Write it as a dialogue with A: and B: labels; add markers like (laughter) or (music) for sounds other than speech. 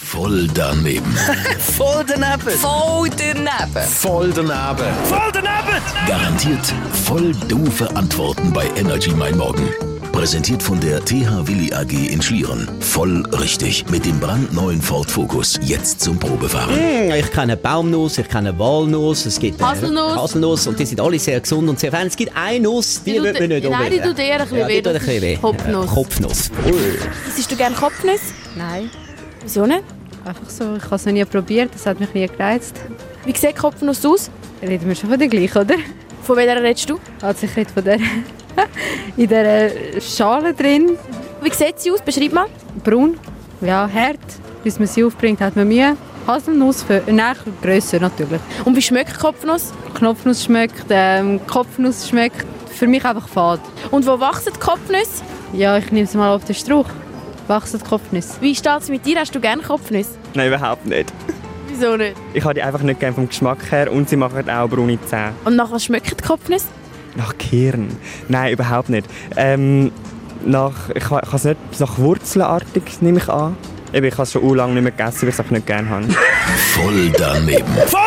A: Voll daneben.
B: Voll daneben.
C: Voll daneben.
A: Voll daneben.
B: Voll daneben.
A: Garantiert voll doofe Antworten bei Energy Mein Morgen. Präsentiert von der TH Willi AG in Schlieren. Voll richtig. Mit dem brandneuen Ford Focus. Jetzt zum Probefahren.
D: Mm, Ich kenne Baumnuss, ich kenne Walnuss, es gibt äh,
E: Haselnuss.
D: Haselnuss und die sind alle sehr gesund und sehr fein. Es gibt eine Nuss, die,
E: Die tut-
D: wird man nicht
E: nein,
D: unbedingt.
E: die tut eher ein bisschen
D: ja,
E: weh,
D: Die tut ein
E: das
D: bisschen
E: ist
D: weh.
E: Kopfnuss.
D: Äh, Kopfnuss.
F: Siehst du gerne Kopfnüsse?
G: Nein,
F: Wieso nicht?
G: einfach so. Ich habe es noch nie probiert, das hat mich nie gereizt.
F: Wie sieht Kopfnuss aus?
G: Reden wir schon von der gleichen, oder?
F: Von welcher redest du?
G: Also ich rede von der (laughs) in der Schale drin,
F: Wie sieht sie aus? Beschreib mal.
G: braun, ja, hart. Bis man sie aufbringt, hat man Mühe. Haselnuss, für, äh, nein, grösser natürlich.
F: Und wie schmeckt Kopfnuss?
G: Knopfnuss schmeckt, ähm, Kopfnuss schmeckt, für mich einfach fad.
F: Und wo wachsen die Kopfnüsse?
G: Ja, ich nehme es mal auf den Strauch. Wachsen die Kopfnüsse.
F: Wie steht es mit dir? Hast du gerne Kopfnüsse?
H: Nein, überhaupt nicht.
F: Wieso nicht?
H: Ich habe die einfach nicht gern vom Geschmack her und sie machen auch braune Zähne.
F: Und nach was schmecken die Kopfnüsse?
H: Nach Kirn? Nein, überhaupt nicht. Ähm, nach, ich kann es nicht, nach Wurzelartig nehme ich an. Eben, Ich habe es schon lange nicht mehr gegessen, weil ich es einfach nicht gerne habe.
A: Voll daneben. Voll